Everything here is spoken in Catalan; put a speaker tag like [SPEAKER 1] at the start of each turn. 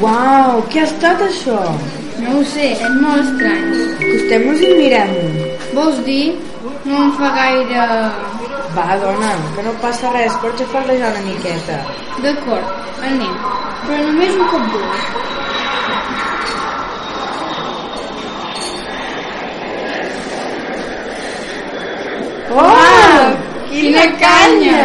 [SPEAKER 1] Uau, què ha estat això?
[SPEAKER 2] No ho sé, és molt estrany.
[SPEAKER 1] Acostem-nos i mirem-ho.
[SPEAKER 2] Vols dir? No em fa gaire...
[SPEAKER 1] Va, dona, que no passa res, pots xafardejar una miqueta.
[SPEAKER 2] D'acord, anem. Però només un cop d'ull.
[SPEAKER 1] Uau!
[SPEAKER 2] Quina canya!